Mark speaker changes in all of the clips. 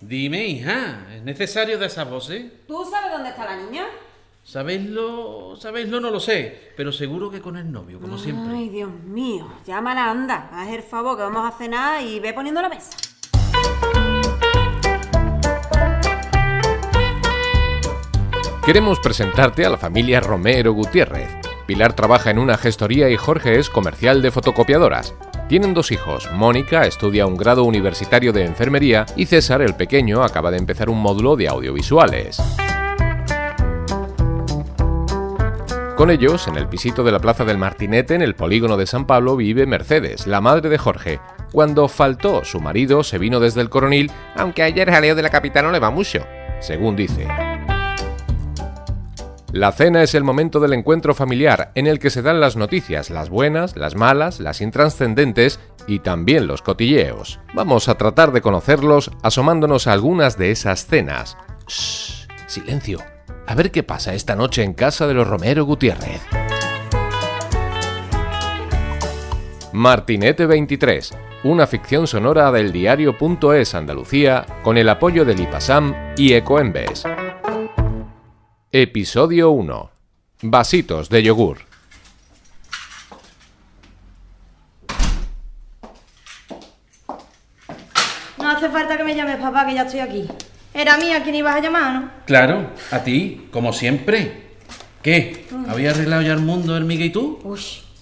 Speaker 1: Dime, hija, ¿es necesario de esas voces?
Speaker 2: ¿Tú sabes dónde está la niña?
Speaker 1: Sabeslo, sabeslo no lo sé, pero seguro que con el novio, como siempre.
Speaker 2: Ay, Dios mío. Llámala, anda. Haz el favor que vamos a cenar y ve poniendo la mesa.
Speaker 3: Queremos presentarte a la familia Romero Gutiérrez. Pilar trabaja en una gestoría y Jorge es comercial de fotocopiadoras. Tienen dos hijos, Mónica estudia un grado universitario de enfermería y César, el pequeño, acaba de empezar un módulo de audiovisuales. Con ellos, en el pisito de la Plaza del Martinete, en el polígono de San Pablo, vive Mercedes, la madre de Jorge. Cuando faltó su marido, se vino desde el coronil, aunque ayer jaleo de la capital no le va mucho, según dice. La cena es el momento del encuentro familiar, en el que se dan las noticias, las buenas, las malas, las intranscendentes y también los cotilleos. Vamos a tratar de conocerlos asomándonos a algunas de esas cenas. ¡Shh! ¡Silencio! A ver qué pasa esta noche en casa de los Romero Gutiérrez. Martinete 23, una ficción sonora del diario.es Andalucía con el apoyo del IPASAM y Ecoembes. Episodio 1. Vasitos de yogur.
Speaker 4: No hace falta que me llames, papá, que ya estoy aquí. Era mía quien ibas a llamar, ¿no?
Speaker 1: Claro, a ti, como siempre. ¿Qué? ¿Había arreglado ya el mundo, Hermiga y tú?
Speaker 4: Uy.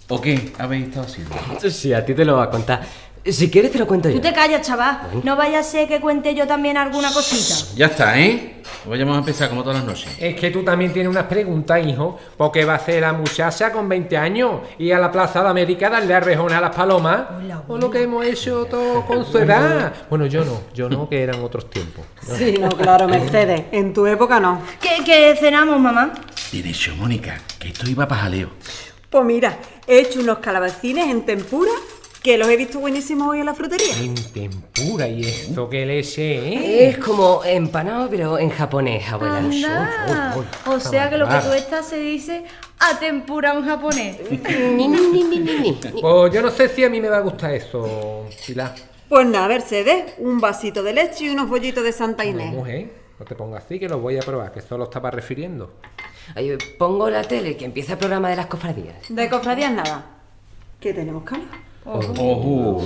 Speaker 1: ¿O qué habéis estado haciendo?
Speaker 5: Sí, a ti te lo va a contar. Si quieres te lo cuento yo.
Speaker 4: Tú te callas, chaval. No vaya a ser que cuente yo también alguna cosita.
Speaker 1: Ya está, ¿eh? Vayamos a empezar como todas las noches.
Speaker 6: Es que tú también tienes unas preguntas, hijo. Porque va a hacer la muchacha con 20 años y a la Plaza de América darle a a las palomas. O lo que hemos hecho todo con su edad. Bueno, yo no, yo no, que eran otros tiempos.
Speaker 2: Sí, no, claro, Mercedes. En tu época no.
Speaker 4: ¿Qué, qué cenamos, mamá?
Speaker 1: Derecho, Mónica, que esto iba para jaleo.
Speaker 2: Pues mira, he hecho unos calabacines en tempura que los he visto buenísimos hoy en la frutería.
Speaker 6: En tempura y esto que le sé, ¿eh?
Speaker 5: Es como empanado, pero en japonés, abuela.
Speaker 4: Anda.
Speaker 5: oh,
Speaker 6: uy, uy,
Speaker 4: O sea que lo que
Speaker 6: barbaridad.
Speaker 4: tú estás se dice a tempura en japonés.
Speaker 5: Ni, ni, ni, ni, ni, ni.
Speaker 6: Pues yo no sé si a mí me va a gustar eso, Pilar.
Speaker 2: Pues nada, Mercedes, un vasito de leche y unos bollitos de Santa
Speaker 6: No,
Speaker 2: Inés.
Speaker 6: mujer, no te pongas así que lo voy a probar, que solo estaba refiriendo.
Speaker 5: Ay, eh, Pongo la tele que empieza el programa de las cofradías.
Speaker 2: De cofradías nada. ¿Qué tenemos, Carlos?
Speaker 1: Ojo.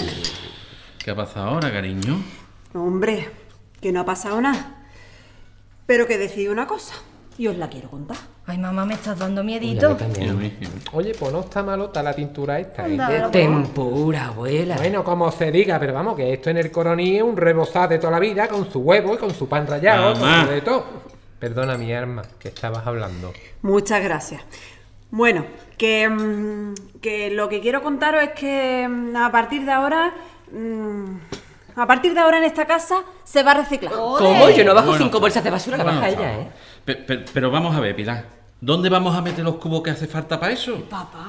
Speaker 1: ¿Qué ha pasado ahora, cariño?
Speaker 2: No, hombre, que no ha pasado nada. Pero que decidí una cosa y os la quiero contar.
Speaker 4: Ay, mamá, me estás dando miedito.
Speaker 6: Oye, pues no está malota la tintura esta, ¿eh?
Speaker 4: Anda,
Speaker 5: Eh,
Speaker 4: la mamá.
Speaker 5: Tempura, abuela.
Speaker 6: Bueno, como se diga, pero vamos, que esto en el coroní es un rebozado de toda la vida, con su huevo y con su pan rallado,
Speaker 1: Mamá.
Speaker 6: con su de todo. Perdona mi arma, que estabas hablando.
Speaker 2: Muchas gracias. Bueno, que, mm, que lo que quiero contaros es que mm, a partir de ahora. mm, a partir de ahora en esta casa se va a reciclar.
Speaker 5: ¿Cómo? Yo no bajo
Speaker 1: Bueno,
Speaker 5: cinco bolsas de basura, la
Speaker 1: bueno,
Speaker 5: baja
Speaker 1: chao.
Speaker 5: ella, ¿eh?
Speaker 1: Pe- pe- Pero, vamos a ver, Pilar. ¿Dónde vamos a meter los cubos que hace falta para eso?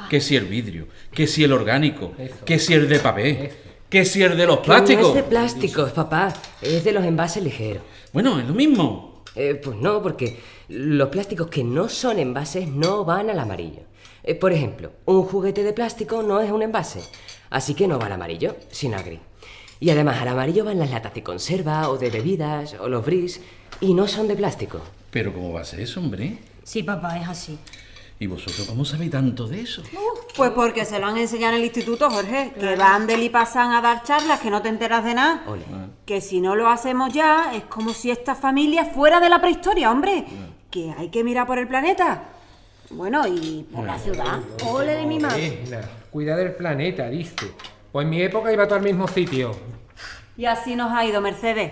Speaker 1: Que si el vidrio, que si el orgánico, que si el de papel, que si el de los
Speaker 5: No
Speaker 1: plásticos.
Speaker 5: es de plásticos, papá. Es de los envases ligeros.
Speaker 1: Bueno, es lo mismo.
Speaker 5: Eh, pues no, porque los plásticos que no son envases no van al amarillo. Eh, por ejemplo, un juguete de plástico no es un envase, así que no va al amarillo, sino al gris. Y además al amarillo van las latas de conserva o de bebidas o los bris y no son de plástico.
Speaker 1: Pero ¿cómo va a ser eso, hombre?
Speaker 4: Sí, papá, es así.
Speaker 1: ¿Y vosotros cómo sabéis tanto de eso?
Speaker 2: Pues porque se lo han enseñado en el instituto, Jorge. Que van del y pasan a dar charlas, que no te enteras de nada.
Speaker 5: Ole.
Speaker 2: Que si no lo hacemos ya, es como si esta familia fuera de la prehistoria, hombre. Que hay que mirar por el planeta. Bueno, y por la ciudad.
Speaker 4: Ole de mi madre.
Speaker 6: Cuidar cuida del planeta, dice. Pues en mi época iba todo al mismo sitio.
Speaker 2: Y así nos ha ido Mercedes,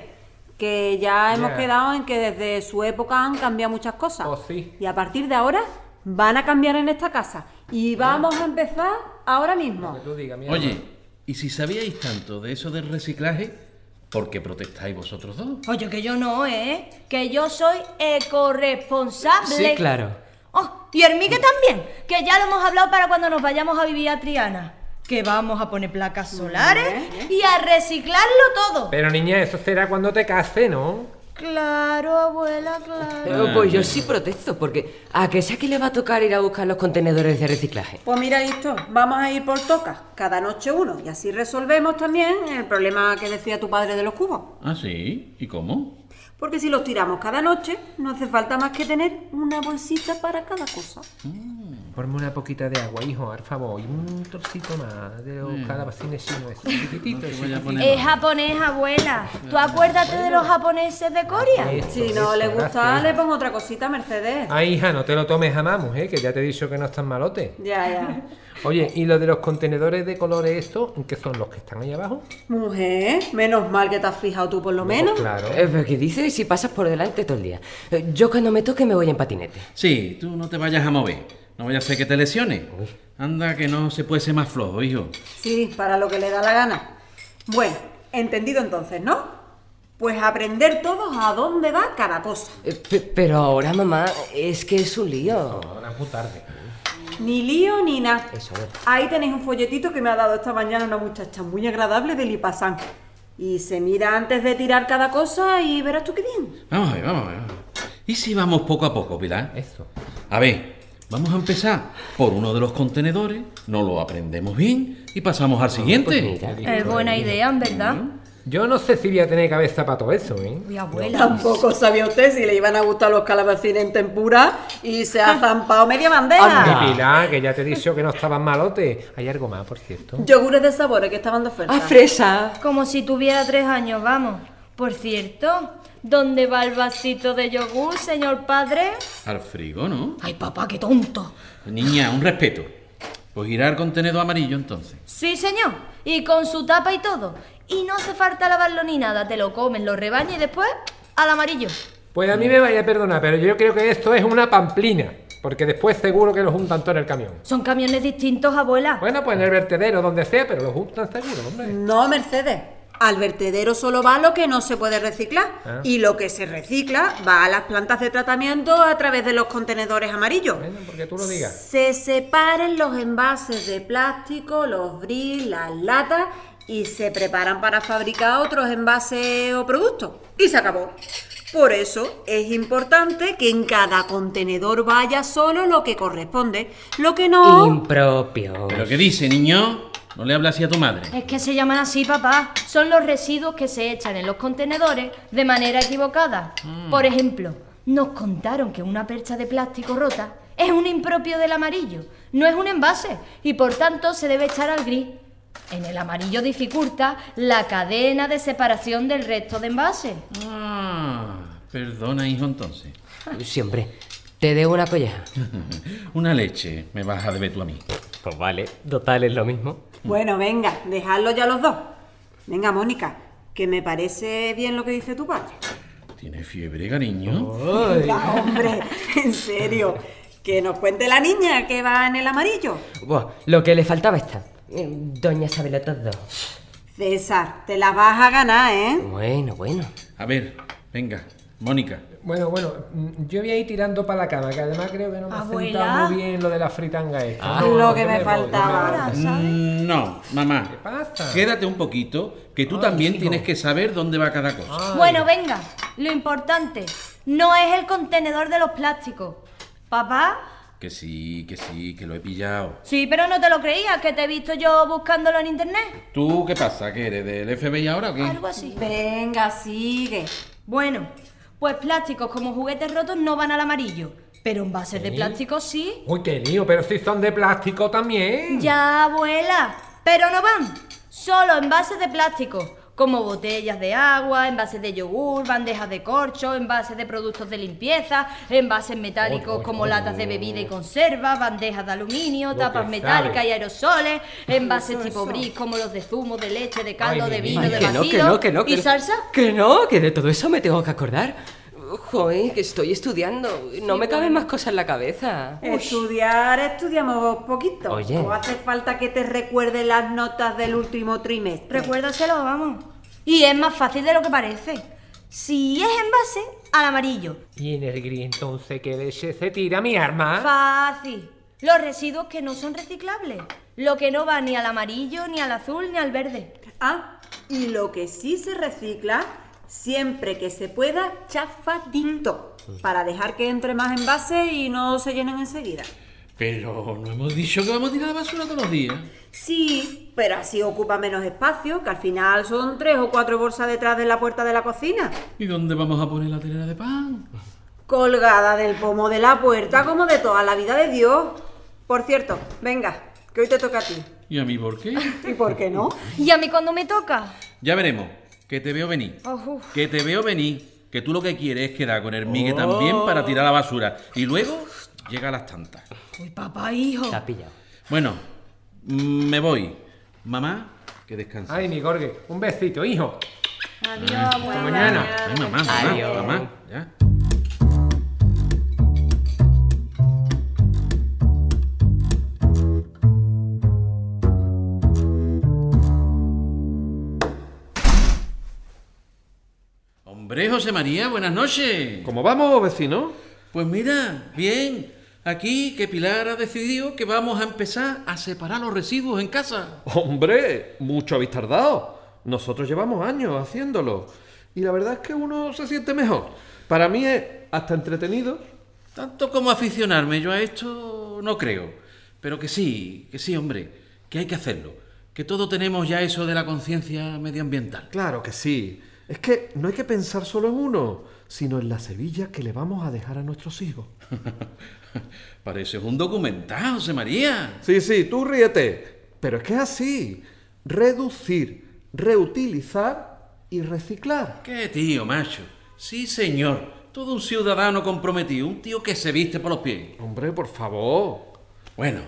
Speaker 2: que ya hemos
Speaker 6: Ya.
Speaker 2: quedado en que desde su época han cambiado muchas cosas.
Speaker 6: Oh, sí.
Speaker 2: Y a partir de ahora van a cambiar en esta casa. Y vamos a empezar ahora mismo.
Speaker 6: Que tú digas, mi
Speaker 1: Oye, ¿y si sabíais tanto de eso del reciclaje, por qué protestáis vosotros dos?
Speaker 4: Oye, que yo no, ¿eh? Que yo soy ecorresponsable.
Speaker 5: Sí, claro.
Speaker 4: Oh, y Hermique también, que ya lo hemos hablado para cuando nos vayamos a vivir a Triana. Que vamos a poner placas solares y a reciclarlo todo.
Speaker 6: Pero niña, eso será cuando te case, ¿no?
Speaker 4: Claro, abuela, claro.
Speaker 5: Pero, pues yo sí protesto, porque ¿a que sea que le va a tocar ir a buscar los contenedores de reciclaje?
Speaker 2: Pues mira esto, vamos a ir por tocas, cada noche uno. Y así resolvemos también el problema que decía tu padre de los cubos.
Speaker 1: Ah, sí. ¿Y cómo?
Speaker 2: Porque si los tiramos cada noche, no hace falta más que tener una bolsita para cada cosa.
Speaker 6: Ponme una poquita de agua, hijo, al favor. Y un trocito más de los calabacines chinos. esos, Chiquititos.
Speaker 1: Mm. voy a
Speaker 6: chiquititos.
Speaker 1: poner-
Speaker 4: Es japonés, abuela. Tú acuérdate de los japoneses de Corea.
Speaker 6: Eso,
Speaker 2: Si no
Speaker 6: eso,
Speaker 2: le gusta,
Speaker 6: gracias. Ah.
Speaker 2: le pongo otra cosita a Mercedes.
Speaker 6: Ay, hija, no te lo tomes a mamos, ¿eh? que ya te he dicho que no están malote.
Speaker 2: Ya, ya.
Speaker 6: Oye, ¿y lo de los contenedores de colores estos, que son los que están ahí abajo?
Speaker 2: Mujer, menos mal que te has fijado tú por lo menos.
Speaker 6: Pues claro.
Speaker 5: Eh, pero ¿Qué dices si pasas por delante todo el día? Eh, Yo cuando me toque me voy en patinete.
Speaker 1: Sí, tú no te vayas a mover. No vaya a ser que te lesiones. Anda, que no se puede ser más flojo, hijo.
Speaker 2: Sí, para lo que le da la gana. Bueno, entendido entonces, ¿no? Pues aprender todos a dónde va cada cosa.
Speaker 5: Eh, pe- Pero ahora, mamá, es que es un lío.
Speaker 6: Ahora es muy tarde.
Speaker 2: Ni lío ni nada.
Speaker 5: Eso es.
Speaker 2: Ahí tenéis un folletito que me ha dado esta mañana una muchacha muy agradable del Lipasán. Y se mira antes de tirar cada cosa y verás tú qué bien.
Speaker 1: Vamos a ver, vamos a ver. vamos a ver. ¿Y si vamos poco a poco, Pilar?
Speaker 6: Eso.
Speaker 1: A ver, vamos a empezar por uno de los contenedores, no lo aprendemos bien y pasamos al siguiente.
Speaker 5: mira.
Speaker 4: Es buena idea, en verdad.
Speaker 6: Yo no sé si voy a tener cabeza para todo eso, ¿eh?
Speaker 4: Mi abuela.
Speaker 2: Tampoco sabía usted si le iban a gustar los calabacines en tempura y se
Speaker 5: Ah.
Speaker 2: ha zampado media bandeja.
Speaker 6: Y Pilar, que ya te he dicho que no estaban malote. Hay algo más, por cierto.
Speaker 2: Yogures de sabores que estaban de oferta.
Speaker 5: ¡Ah, fresa!
Speaker 4: Como si tuviera tres años, vamos. Por cierto, ¿dónde va el vasito de yogur, señor padre?
Speaker 1: Al frigo, ¿no?
Speaker 4: Ay, papá, qué tonto.
Speaker 1: Niña, un respeto. Pues irá al contenedor amarillo entonces.
Speaker 4: Sí, señor. Y con su tapa y todo. Y no hace falta lavarlo ni nada. Te lo comes, lo rebañas y después al amarillo.
Speaker 6: Pues a mí me vaya a perdonar, pero yo creo que esto es una pamplina. Porque después seguro que lo juntan todo en el camión.
Speaker 4: Son camiones distintos, abuela.
Speaker 6: Bueno, pues en el vertedero, donde sea, pero lo juntan seguro, hombre.
Speaker 2: No, Mercedes. Al vertedero solo va lo que no se puede reciclar.
Speaker 6: Ah.
Speaker 2: Y lo que se recicla va a las plantas de tratamiento a través de los contenedores amarillos.
Speaker 6: Bueno, porque tú lo digas.
Speaker 2: Se separan los envases de plástico, los bris, las latas y se preparan para fabricar otros envases o productos. Y se acabó. Por eso es importante que en cada contenedor vaya solo lo que corresponde. Lo que no...
Speaker 5: Impropio.
Speaker 1: ¿Pero qué dice, niño? No le hablas así a tu madre.
Speaker 4: Es que se llaman así, papá. Son los residuos que se echan en los contenedores de manera equivocada. Por ejemplo, nos contaron que una percha de plástico rota es un impropio del amarillo. No es un envase y por tanto se debe echar al gris. En el amarillo dificulta la cadena de separación del resto de envases.
Speaker 1: Ah, perdona, hijo, entonces.
Speaker 5: Siempre. Te debo una colleja.
Speaker 1: Una leche me vas a deber tú a mí.
Speaker 5: Pues vale, total es lo mismo.
Speaker 2: Bueno, venga, dejadlo ya los dos. Venga, Mónica, que me parece bien lo que dice tu padre.
Speaker 1: ¿Tienes fiebre, cariño?
Speaker 2: Ya, hombre, en serio. Que nos cuente la niña que va en el amarillo.
Speaker 5: Buah, lo que le faltaba está. Eh, Doña Isabela dos.
Speaker 2: César, te la vas a ganar, ¿eh?
Speaker 5: Bueno, bueno.
Speaker 1: A ver, venga, Mónica.
Speaker 6: Bueno, bueno, mm, yo voy a ir tirando para la cama, que además creo que no me ha
Speaker 4: Abuela.
Speaker 6: sentado muy bien lo de la fritanga esta.
Speaker 5: Ah.
Speaker 2: Lo que
Speaker 6: yo
Speaker 2: me
Speaker 6: voy, yo
Speaker 2: faltaba.
Speaker 6: voy.
Speaker 1: Mm, No, mamá.
Speaker 6: ¿Qué pasa?
Speaker 1: Quédate un poquito, que tú
Speaker 6: Ay,
Speaker 1: también
Speaker 6: hijo. Ah.
Speaker 1: tienes que saber dónde va cada cosa.
Speaker 6: Ay.
Speaker 4: Bueno, venga, lo importante no es el contenedor de los plásticos. Papá,
Speaker 1: Que sí, que sí, que lo he pillado.
Speaker 4: sí, pero no te lo creías, que te he visto yo buscándolo en internet.
Speaker 1: ¿Tú qué pasa? ¿Que eres del FBI ahora o qué?
Speaker 4: Algo así.
Speaker 2: Venga, sigue.
Speaker 4: Bueno, pues plásticos como juguetes rotos no van al amarillo, pero envases de plástico sí.
Speaker 6: Uy, qué lío, pero si son de plástico también.
Speaker 4: Ya, abuela, pero no van. Solo envases de plástico, como botellas de agua, envases de yogur, bandejas de corcho, envases de productos de limpieza, envases metálicos
Speaker 6: Oy, oy,
Speaker 4: como
Speaker 6: oy.
Speaker 4: latas de bebida y conserva, bandejas de aluminio,
Speaker 6: Lo
Speaker 4: tapas
Speaker 6: que
Speaker 4: metálicas
Speaker 6: sabe.
Speaker 4: y aerosoles, envases tipo bris como los de zumo, de leche, de caldo,
Speaker 6: Ay,
Speaker 4: de
Speaker 6: mi
Speaker 4: vino,
Speaker 6: niña.
Speaker 4: de
Speaker 5: que
Speaker 4: vacío
Speaker 5: no, que no, que no. que
Speaker 4: y
Speaker 5: no.
Speaker 4: salsa.
Speaker 5: Que no, que de todo eso me tengo que acordar. Joder, que estoy estudiando. No me caben más cosas en la cabeza.
Speaker 2: Estudiar, estudiamos poquito.
Speaker 5: Oye.
Speaker 2: No hace falta que te recuerde las notas del último trimestre.
Speaker 4: Recuérdaselo, vamos. Y es más fácil de lo que parece. Si es en base al amarillo.
Speaker 6: Y en el gris entonces que de ese se tira mi arma.
Speaker 4: Fácil. Los residuos que no son reciclables. Lo que no va ni al amarillo, ni al azul, ni al verde.
Speaker 2: Ah, y lo que sí se recicla, siempre que se pueda, chafadito. Para dejar que entre más envases y no se llenen enseguida.
Speaker 1: Pero no hemos dicho que vamos a tirar la basura todos los días.
Speaker 2: Sí, pero así ocupa menos espacio, que al final son tres o cuatro bolsas detrás de la puerta de la cocina.
Speaker 1: ¿Y dónde vamos a poner la telera de pan?
Speaker 2: Colgada del pomo de la puerta como de toda la vida de Dios. Por cierto, venga, que hoy te toca a ti.
Speaker 1: ¿Y a mí por qué?
Speaker 2: ¿Y por qué no?
Speaker 4: ¿Y a mí cuando me toca? oh,
Speaker 1: Ya veremos, que te veo venir.
Speaker 6: Oh,
Speaker 4: Ojo.
Speaker 1: Que te veo venir, que tú lo que quieres es quedar con el migue
Speaker 6: Oh.
Speaker 1: también para tirar la basura. Y luego llega a las tantas.
Speaker 4: Uy, papá, hijo.
Speaker 5: Te ha pillado.
Speaker 1: Bueno, mm, me voy. Mamá, que descanses.
Speaker 6: Ay, mi Jorge, un besito, hijo.
Speaker 2: Adiós, abuela.
Speaker 6: mañana.
Speaker 1: Ay, mamá, mamá,
Speaker 5: Adiós.
Speaker 1: mamá, ya. Hombre, José María, buenas noches.
Speaker 7: ¿Cómo vamos, vecino?
Speaker 1: Pues mira, bien, aquí que Pilar ha decidido que vamos a empezar a separar los residuos en casa.
Speaker 7: Hombre, mucho habéis tardado. Nosotros llevamos años haciéndolo. Y la verdad es que uno se siente mejor. Para mí es hasta entretenido.
Speaker 1: Tanto como aficionarme yo a esto, no creo. Pero que sí, que sí, hombre, que hay que hacerlo. Que todos tenemos ya eso de la conciencia medioambiental.
Speaker 7: Claro que sí. Es que no hay que pensar solo en uno, sino en la Sevilla que le vamos a dejar a nuestros hijos.
Speaker 1: Pareces un documental, José María.
Speaker 7: Sí, sí, tú ríete. Pero es que es así. Reducir, reutilizar y reciclar.
Speaker 1: Qué tío, macho. Sí, señor. Todo un ciudadano comprometido, un tío que se viste por los pies.
Speaker 7: Hombre, por favor.
Speaker 1: Bueno,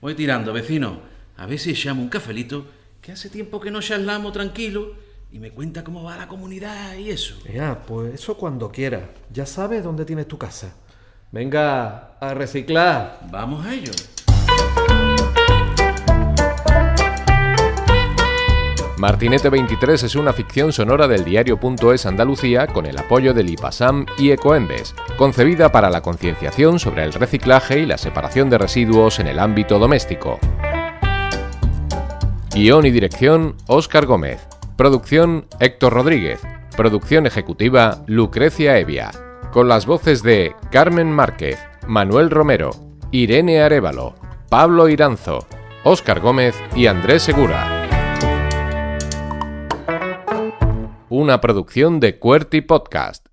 Speaker 1: voy tirando, vecino. A ver si llamo un cafelito, que hace tiempo que no charlamos tranquilo y me cuenta cómo va la comunidad y eso.
Speaker 7: Ya, pues eso cuando quieras. Ya sabes dónde tienes tu casa. Venga, a reciclar.
Speaker 1: Vamos a ello.
Speaker 3: Martinete 23 es una ficción sonora del diario.es Andalucía con el apoyo del IPASAM y Ecoembes, concebida para la concienciación sobre el reciclaje y la separación de residuos en el ámbito doméstico. Guión y dirección Óscar Gómez. Producción Héctor Rodríguez. Producción ejecutiva Lucrecia Evia. Con las voces de Carmen Márquez, Manuel Romero, Irene Arevalo, Pablo Iranzo, Óscar Gómez y Andrés Segura. una producción de QWERTY Podcast.